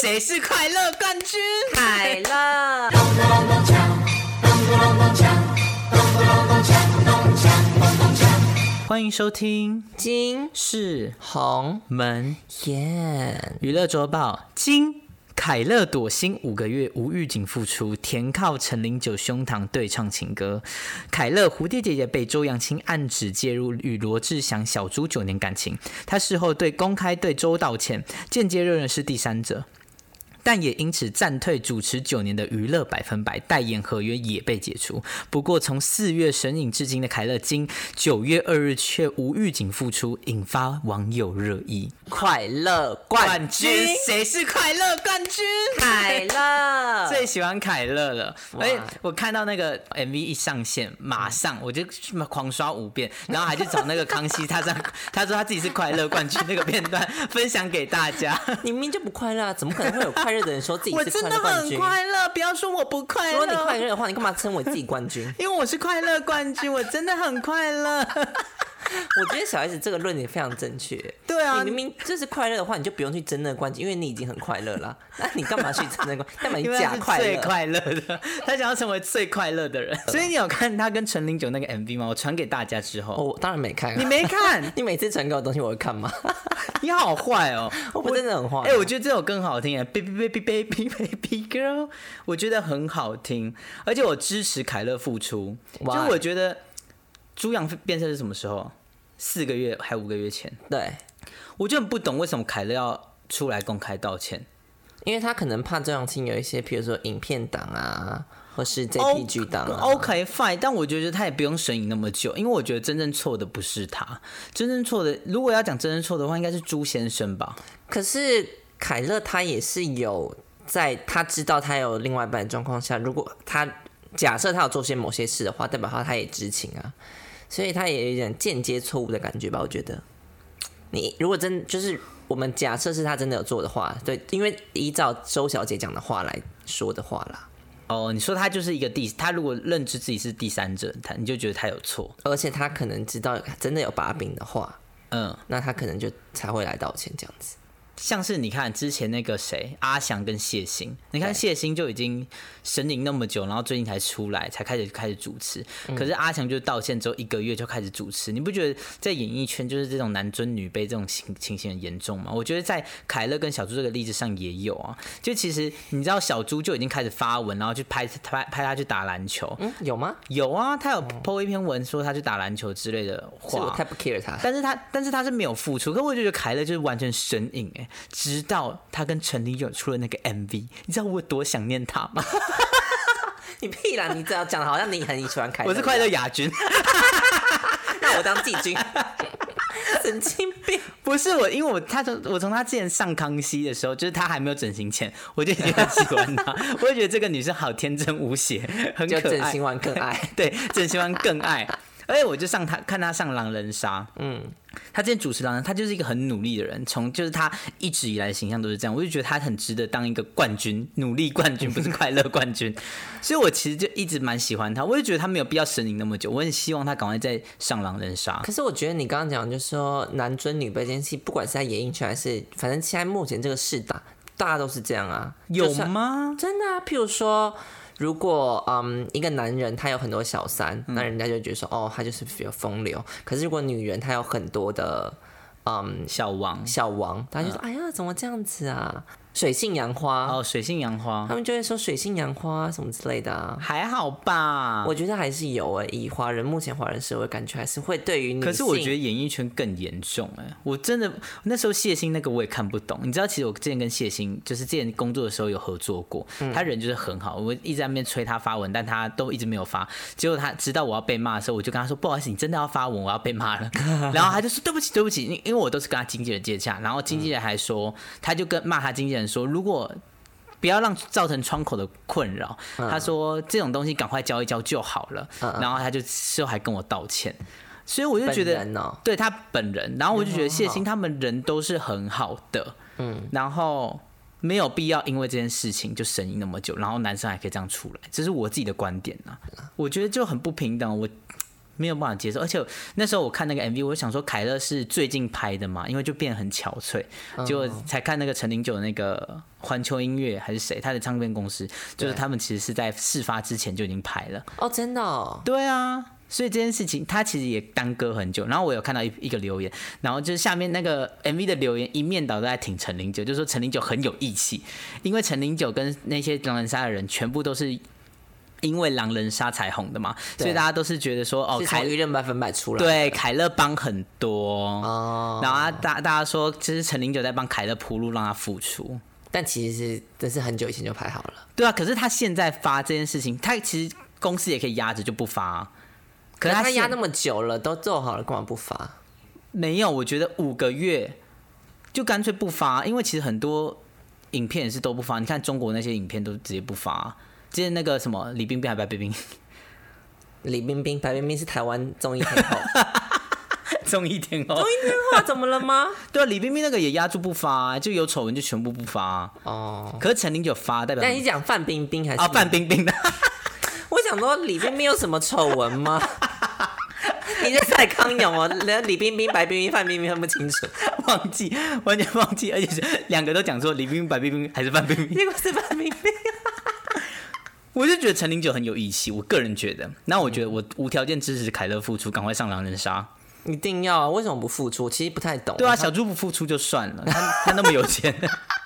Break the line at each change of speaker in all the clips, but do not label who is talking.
谁是快乐冠军？
凯乐，
欢迎收听《
金
是红门
燕，
娱乐周报》。金凯乐朵心五个月无预警复出，填靠陈零九胸膛对唱情歌。凯乐蝴蝶姐姐被周扬青暗指介入与罗志祥、小猪九年感情，她事后对公开对周道歉，间接认人是第三者。但也因此暂退主持九年的娱乐百分百代言合约也被解除。不过，从四月神隐至今的凯乐金，九月二日却无预警复出，引发网友热议。
快乐冠
冠
军
军，，谁是快乐冠军？
凯乐，
最喜欢凯乐了，
哇
而且我看到那个 MV 一上线，马上我就狂刷五遍，然后还去找那个康熙， 他上他说他自己是快乐冠军那个片段分享给大家。
你明明就不快乐啊，怎么可能会有快乐的人说自己
我
是
真
快
的
乐冠
很
军？
快乐，不要说我不快
如
乐。？
果你快乐的话，你干嘛称为自己冠军
因为我是快乐冠军，我真的很快 乐。
我觉得小孩子这个论点非常正确。
对啊
你明明就是快乐的话，你就不用去争那个冠军，因为你已经很快乐了。那你干嘛去争 那个？干嘛你
因为他
假
是
快
最
乐？
快乐的，他想要成为最快乐的人。 所以你有看他跟陈零九那个 MV 吗？我传给大家之后，
哦，我当然没看、啊。？
你没看
你每次传给我的东西，我会看吗？
你好坏哦！
我真的很坏。
哎、我觉得这首更好听哎，Baby Baby Baby Baby Girl，我觉得很好听，而且我支持凯乐复出。就
Why？
我觉得猪羊变色是什么时候？四个月还五个月前，
对，
我就很不懂为什么凯乐要出来公开道歉。
因为他可能怕周扬青有一些，比如说影片档啊，或是
O-
JPG 档啊。
OK fine，但我觉得他也不用神隐那么久，因为我觉得真正错的不是他，真正错的，如果要讲真正错的话，应该是朱先生吧？
可是凯乐他也是有在他知道他有另外一半的状况下，如果他假设他有做些某些事的话，代表他他也知情啊，所以他也有一点间接错误的感觉吧？我觉得， 你如果真就是我们假设是他真的有做的话，对，因为依照周小姐讲的话来说的话啦，
哦，你说他就是一个第，他如果认知自己是第三者，他你就觉得他有错，
而且他可能知道真的有把柄的话，
嗯，
那他可能就才会来道歉这样子。
像是你看之前那个谁阿翔跟谢欣，你看
对
谢欣就已经神隐那么久，然后最近才出来，才开始开始主持，
嗯
可是阿翔就道歉之后一个月就开始主持，你不觉得在演艺圈就是这种男尊女卑这种情情形很严重吗？我觉得在凯乐跟小猪这个例子上也有啊，就其实你知道小猪就已经开始发文，然后去拍拍拍他去打篮球，
嗯，有吗？
有啊，他有 po 一篇文说他去打篮球之类的
所以哦我
话
太，不 care 他。
但是他但是他是没有付出，可我就觉得凯乐就是完全神隐哎，直到他跟陈林有出了那个 MV，你知道我有多想念他吗？
你屁啦！你只要讲的好像你很喜欢凯乐
我
一样，
是快乐亚军，
那我当季军，神经病！
不是我，因为我他从我从他之前上康熙的时候，就是他还没有整形前，我就已经很喜欢 他，我就觉得这个女生好天真无邪，很
就
可
整
爱
形，完更爱，
对，整形完更爱。而且我就上他看他上狼人杀，嗯，他之前主持狼人，他就是一个很努力的人，从就是他一直以来的形象都是这样，我就觉得他很值得当一个冠军，努力冠军不是快乐冠军， 所以我其实就一直蛮喜欢他，我也觉得他没有必要神隐那么久，我很希望他赶快再上狼人杀。
可是我觉得你刚刚讲，就是说男尊女卑这件事，不管是在演艺圈还是，反正现在目前这个世道，大家都是这样啊。
有
就算？
吗？
真的啊，譬如说。如果嗯，一个男人他有很多小三，那人家就觉得说，哦，他就是比较风流。可是如果女人她有很多的嗯
小王
小王，大家就说，哎呀，怎么这样子啊？水性杨花，
哦，水性杨花
他们就会说水性杨花什么之类的啊。
还好吧，
我觉得还是有诶、以华人目前华人社会，感觉还是会对于女性，
可是我觉得演艺圈更严重哎、我真的那时候谢欣那个我也看不懂。你知道，其实我之前跟谢欣就是之前工作的时候有合作过，
嗯
他人就是很好，我一直在那边催他发文，但他都一直没有发。结果他直到我要被骂的时候，我就跟他说：“不好意思，你真的要发文，我要被骂 了。”然后他就说：“对不起，对不起。”因因为我都是跟他经纪人接洽，然后经纪人还说，他就跟骂他经纪人说：“如果不要让造成窗口的困扰。
嗯
他说这种东西赶快交一交就好了，然后他就事后还跟我道歉，所以我就
本
觉得
人哦、
对他本人，然后我就觉得谢欣他们人都是很好的，嗯，然后没有必要因为这件事情就神隐那么久，然后男生还可以这样出来，这是我自己的观点啊，我觉得就很不平等，我没有办法接受。而且那时候我看那个 MV，我就想说凯乐是最近拍的嘛，因为就变得很憔悴。结果才看那个陈零九那个环球音乐还是谁，他的唱片公司，就是他们其实是在事发之前就已经拍了。
哦，真的、哦，
对啊，所以这件事情他其实也耽搁很久。然后我有看到一一个留言，然后就是下面那个 MV 的留言一面倒都在挺陈零九，就说陈零九很有义气，因为陈零九跟那些狼人杀的人全部都是。因为狼人杀才红的嘛，
对
所以大家都是觉得说，哦，
是
凯
从舆论百分百出来。，
对凯乐帮很多，
哦，
然后啊大大家说，其实陈零九在帮凯乐铺路，让他复出。
但其实这是很久以前就拍好了，
对啊，可是他现在发这件事情，他其实公司也可以压着就不发、啊。可
可
是
是
他
他压
现
那么久了，都做好了，干嘛不发？
没有，我觉得五个月就干脆不发，因为其实很多影片也是都不发。你看中国那些影片都直接不发，之前那个什么李冰冰还白冰 冰
李冰冰、白冰冰是台湾综 艺天后，
综艺天后
综，艺天后怎么了吗？
对啊，李冰冰那个也压住不发啊、就有丑闻就全部不发啊、
哦，
可是陈零九发代表
那你讲范冰冰还是
啊范冰冰的，
我想说李冰冰有什么丑闻吗？ 你在蔡康永哦，连李冰冰、白冰冰、范冰冰分不清 楚，
忘记完全忘记，而且是两个都讲说李冰冰白冰冰还是范冰冰，
结果是范冰冰。
我就觉得陈零九很有义气，我个人觉得。那我觉得我无条件支持凯乐复出，赶快上狼人杀。
一定要啊？为什么不付出？其实不太懂。
对啊，小猪不付出就算了，他他那么有钱，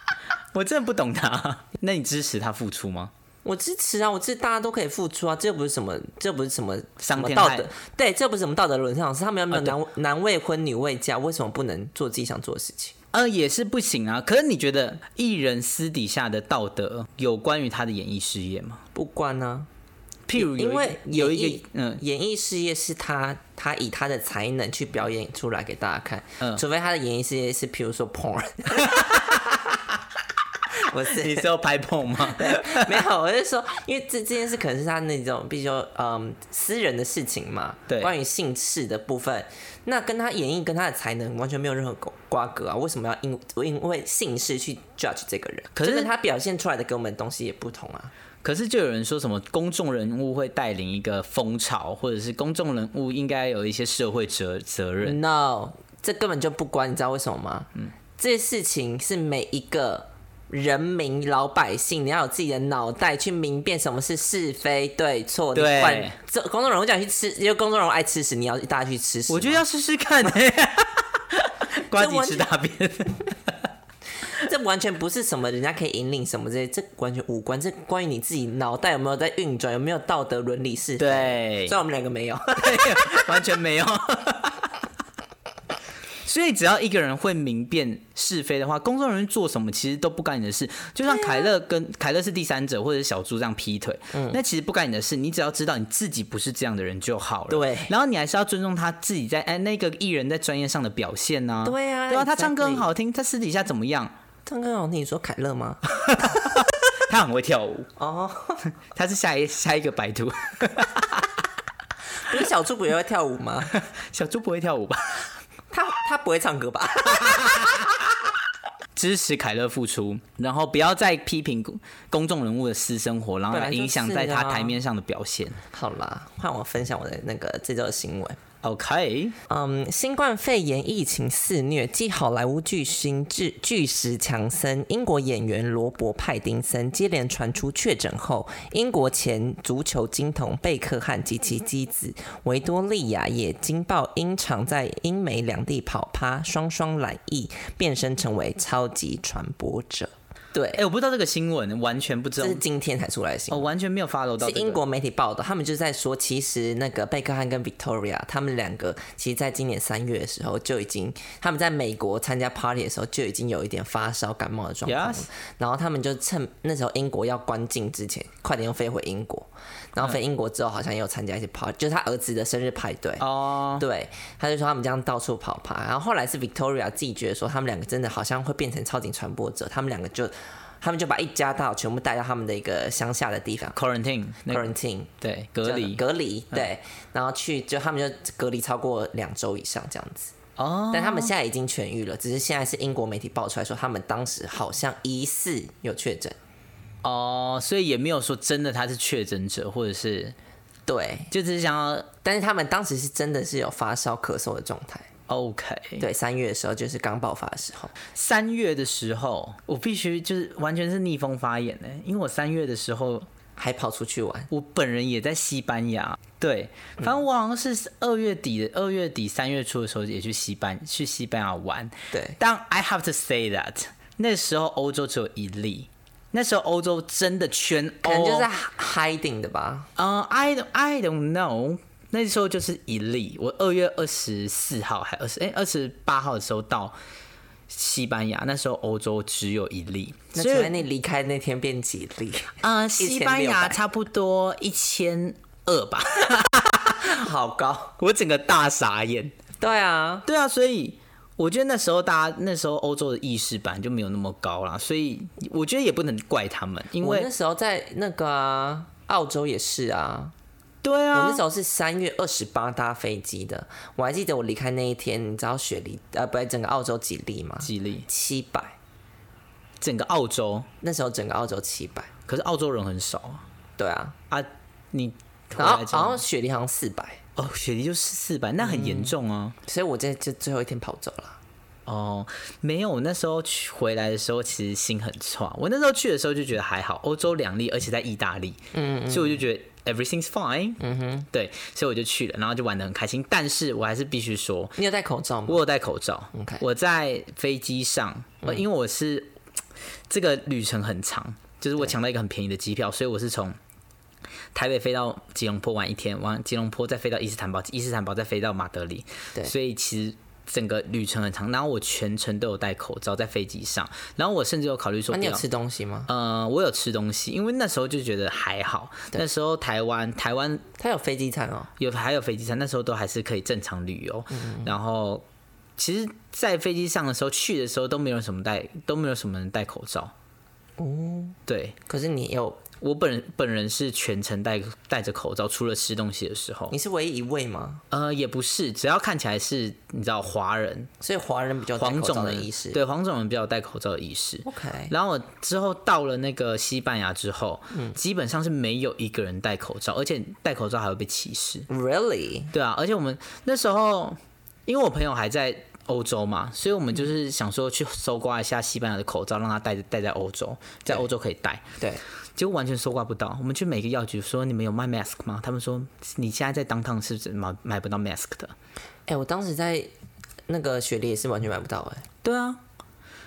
我真的不懂他。那你支持他付出吗？
我支持啊，我支持大家都可以付出啊，这不是什么，这不是什么
伤
什么
天
道
害啊
德，对，这不是什么道德沦丧，是他们要没有男、男未婚女未嫁，为什么不能做自己想做的事情？
呃，也是不行啊。可是你觉得艺人私底下的道德有关于他的演艺事业吗？
不关呢、
譬如有一
因为
有一
演
个
艺
嗯，
演艺事业是他他以他的才能去表演出来给大家看，
嗯
除非他的演艺事业是譬如说 porn，我是
你是要拍碰 吗？
没有，我是说，因为这这件事可能是他那种，比如说，嗯，私人的事情嘛，
对
关于性事的部分，那跟他演绎跟他的才能完全没有任何瓜瓜葛啊，为什么要因因为性事去 judge 这个人？
可是
就跟他表现出来的给我们的东西也不同啊。
可是就有人说什么公众人物会带领一个风潮，或者是公众人物应该有一些社会责责任。
No，这根本就不关，你知道为什么吗？嗯，这事情是每一个。人民老百姓，你要有自己的脑袋去明辨什么是是非对错。你
对
管，这公众人物讲去吃，因为公众人物爱吃屎，你要大家去吃屎吗。
我觉得要试试看、欸。 瓜
这
子
完
吃大便，
这完全不是什么人家可以引领什么之类，这完全无关，这关于你自己脑袋有没有在运转，有没有道德伦理是非。
对
虽然我们两个没 有，
完全没有。 所以只要一个人会明辨是非的话，公众人物做什么其实都不干你的事。就
啊
像凯乐跟、凯乐是第三者或者是小猪这样劈腿，
嗯
那其实不干你的事。你只要知道你自己不是这样的人就好了。
对
然后你还是要尊重他自己在哎那个艺人在专业上的表现呐、
对啊
对啊，他唱歌很
exactly
好听，他私底下怎么样？
张哥老你说凯乐吗？
他很会跳舞，
哦，
他是下一下一个白兔。
不是小猪不也会跳舞吗？
小猪不会跳舞吧？
他他不会唱歌吧？
支持凯乐付出，然后不要再批评公公众人物的私生活，然后来影响在他
啊
台面上的表现。
好啦，换我分享我的那个这周的新闻。
OK，
嗯，新冠肺炎疫情肆虐，继好莱坞巨星巨巨石强森、英国演员罗伯·派丁森接连传出确诊后，英国前足球金童贝克汉及其妻子维多利亚也惊爆英场在英美两地跑趴，双双染疫，变身成为超级传播者。
哎、
对，
我不知道这个新闻，完全不知道
这是，今天才出来的新闻
我、。完全没有 follow 到、
是
这个。
英国媒体报道，他们就在说，其实那个贝克汉跟 Victoria 他们两个，其实在今年三月的时候就已经，他们在美国参加 party 的时候就已经有一点发烧感冒的状况了
Yes
然后他们就趁那时候英国要关禁之前，快点又飞回英国，然后飞英国之后好像也有参加一些 party，就是他儿子的生日派对。
哦，
对，他就说他们这样到处跑趴，然后后来是 Victoria 自己觉得说他们两个真的好像会变成超级传播者，他们两个就，他们就把一家大小全部带到他们的一个乡下的地方
quarantine 那个
quarantine，
对隔
这样
离嗯
隔离，对，然后去就他们就隔离超过两周以上这样子，
哦，
但他们现在已经痊愈了，只是现在是英国媒体爆出来说他们当时好像疑似有确诊，
哦，所以也没有说真的他是确诊者，或者是
对，
就只是想要
但是他们当时是真的是有发烧咳嗽的状态。
嗯 OK。
对，三月的时候就是刚爆发的时候，
三月的时候，我必须就是完全是逆风发言呢、因为我三月的时候，
还跑出去玩。
我本人也在西班牙。对，
嗯
反正我好像是二月底的，二月底三月初的时候也去西班去西班牙玩。
对，
但 I have to say that 那时候欧洲只有一例，那时候欧洲真的全欧，
可能就是 hiding 的吧。
呃、i don't I don't know。那时候就是一例，我二月二十四号还二十哎二十八号的时候到西班牙，那时候欧洲只有一例，
那
所
请
以
问你离开那天变几例？
呃西班牙
1600
差不多一千二吧，
好高。
我整个大傻眼。
对啊，
对啊，所以我觉得那时候大家那时候欧洲的意识本来就没有那么高啦，所以我觉得也不能怪他们，因
我
为
那时候在那个啊、澳洲也是啊，
对
我
啊，
那时候是三月二十八搭飞机的，我还记得我离开那一天，你知道雪梨呃不是整个澳洲几例吗？
几例
七百，
整个澳洲，
那时候整个澳洲七百，
可是澳洲人很少啊
对啊，
啊，你回
然后
来之
然
后
后嗯雪梨好像四百，
哦，雪梨就是四百，那很严重啊。
所以我在这最后一天跑走了。
哦，没有，我那时候去回来的时候，其实心很差。我那时候去的时候就觉得还好，欧洲两例，而且在意大利，嗯所以我就觉得 everything's fine，嗯哼，对，所以我就去了，然后就玩的很开心。但是我还是必须说，
你有戴口罩吗
我？有戴口罩。
OK 嗯
我在飞机上，呃因为我是这个旅程很长，就是我抢到一个很便宜的机票，所以我是从台北飞到吉隆坡玩一天，玩吉隆坡再飞到伊斯坦堡，伊斯坦堡再飞到马德里，
对
所以其实。整个旅程很长，然后我全程都有戴口罩在飞机上，然后我甚至有考虑说不
那、啊你有
要
吃东西吗？
呃，我有吃东西，因为那时候就觉得还好。那时候台湾台湾
它有飞机餐哦，
有还有飞机餐，那时候都还是可以正常旅游。
嗯
然后其实，在飞机上的时候，去的时候都没有什么戴，都没有什么人戴口罩。哦，对
可是你有，
我本人本人是全程戴戴着口罩，除了吃东西的时候
你。是唯一一位吗？
呃，也不是，只要看起来是你知道华人
所以华人比较有戴
黄
口罩
种
的嗯
人
意识。
对黄种人比较有戴口罩的意识。
，OK，
然后我之后到了那个西班牙之后，
嗯
基本上是没有一个人戴口罩，而且戴口罩还会被歧视。
Really？
对啊，而且我们那时候，因为我朋友还在欧洲嘛，所以我们就是想说去搜刮一下西班牙的口罩，让他带带在欧洲，在欧洲可以带。
对，
结果完全搜刮不到，我们去每个药局说你们有卖 mask 吗？他们说你现在在当趟是不是买买不到 mask 的？
哎、我当时在那个雪梨也是完全买不到哎、
对啊，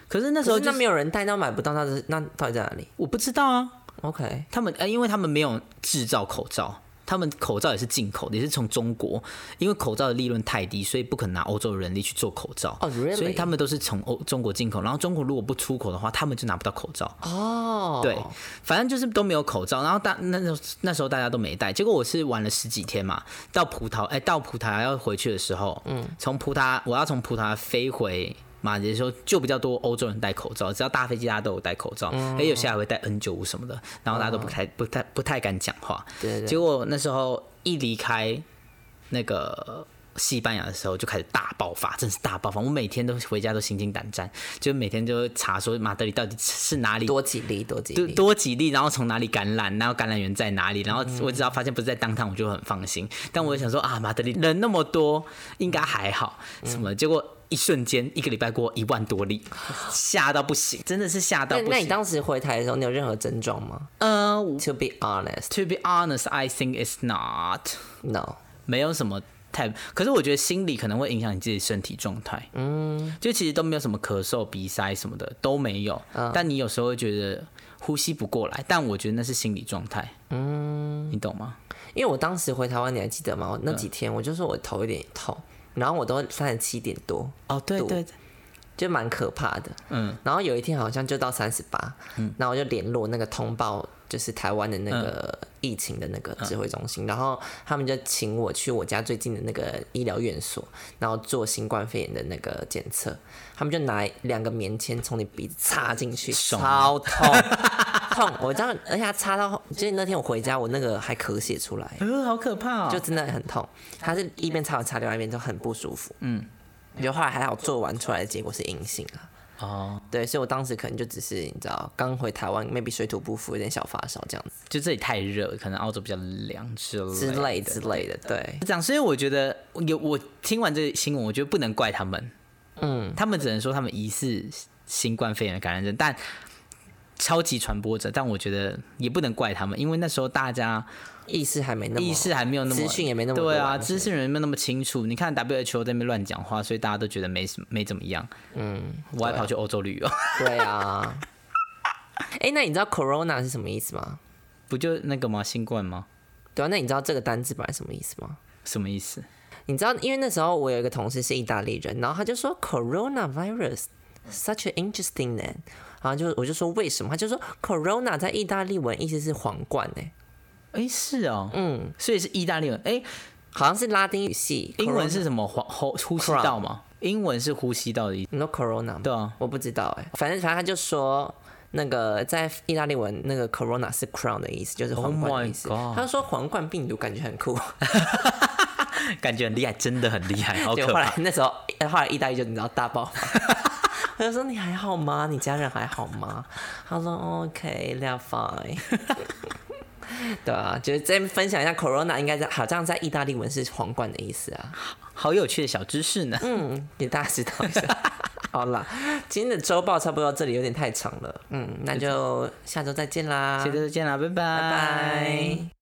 可是那时
可
候
是
就
那
是
没有人带到买不到，那是那到底在哪里
我不知道啊，
？OK，
他们呃，因为他们没有制造口罩。他们口罩也是进口的，也是从中国，因为口罩的利润太低，所以不肯拿欧洲的人力去做口罩。
哦、r e a l l y
所以他们都是从欧中国进口，然后中国如果不出口的话，他们就拿不到口罩。
哦，
对，反正就是都没有口罩，然后大那时候那时候大家都没戴，结果我是玩了十几天嘛，到葡萄哎、到葡萄牙要回去的时候，嗯，从葡萄牙我要从葡萄牙飞回。马德里的时候就比较多欧洲人戴口罩，只要搭飞机大家都有戴口罩，
嗯
哎、有些还会戴 N 9 5什么的，然后大家都不太、不太不太敢讲话。
哦对对对
结果那时候一离开那个西班牙的时候，就开始大爆发，真是大爆发。我每天都回家都心惊胆战，就每天就会查说马德里到底是哪里
多几粒，多几
多
粒，
多几例，然后从哪里感染，然后感染源在哪里，然后
嗯
我只要发现不是在当趟，我就很放心。但我也想说啊，马德里人那么多，应该还好，
嗯
什么？结果一瞬间一个礼拜过一万多例，吓到不行，真的是吓到
那
不
那你
行。
当时回台的时候，你有任何症状吗
呃
？To be honest,
，To be honest, I think it's not，
no。
没有什么。太，可是我觉得心理可能会影响你自己身体状态，嗯，就其实都没有什么咳嗽、鼻塞什么的都没有，啊但你有时候会觉得呼吸不过来，但我觉得那是心理状态，嗯，你懂吗？
因为我当时回台湾，你还记得吗？我那几天我就说我头有点痛，然后我都三十七点多，
哦，对
对
对
就蛮可怕的。
嗯，
然后有一天好像就到三十八，然后我就联络那个通报，就是台湾的那个
嗯
疫情的那个指挥中心，然后他们就请我去我家最近的那个医疗院所，然后做新冠肺炎的那个检测，他们就拿两个棉签从你鼻子插进去，
爽
超痛 痛，我这样，而且它插到，就是那天我回家，我那个还咳血出来，
呃，好可怕哦！
就真的很痛，它是一边插完插另外一边就很不舒服，嗯，就后来还好做完出来的结果是阴性啊。
哦，
对，所以我当时可能就只是你知道，刚回台湾，maybe 水土不服，有点小发烧这样子
就这里太热，可能澳洲比较凉之类
之类
的
之类的，对，
是这样，所以我觉得有我听完这个新闻，我觉得不能怪他们，
嗯，
他们只能说他们疑似新冠肺炎的感染者，但超级传播者，但我觉得也不能怪他们，因为那时候大家
意识还没那么
意识还没有那么
资讯也没那么多
对啊，
完整
资讯人没有那么清楚。你看 WHO 在那边乱讲话，所以大家都觉得没什么没怎么样。嗯，我还跑去欧洲旅游，
对啊。哎、那你知道 corona 是什么意思吗？
不就那个吗？新冠吗？
对啊，那你知道这个单字本来什么意思吗？
什么意思？
你知道，因为那时候我有一个同事是意大利人，然后他就说 coronavirus such an interesting name，然后就我就说为什么？他就说 corona 在意大利文意思是皇冠欸呢、
哎、是哦，
嗯，
所以是意大利文。哎、
好像是拉丁语系。
英文是什么？呼呼呼吸道吗？英文是呼吸道的意思，
你说 corona 吗
对啊。
我不知道哎、反正反正他就说。那个在意大利文，那个 corona 是 crown 的意思，就是皇冠的意思。
Oh my god
他就说皇冠病毒感觉很酷，
感觉很厉害，真的很厉害，好
就
可
后
怕
来。那时候，呃后来意大利就你知道大爆发， 我就说你还好吗？你家人还好吗？他说 OK，they are fine。对啊，就是再分享一下 corona 应该在好像在意大利文是皇冠的意思啊，
好有趣的小知识呢。
嗯，给大家知道一下。好啦，今天的周报差不多到这里有点太长了，嗯，那就下周再见啦，
下周再见啦，拜拜，拜
拜拜。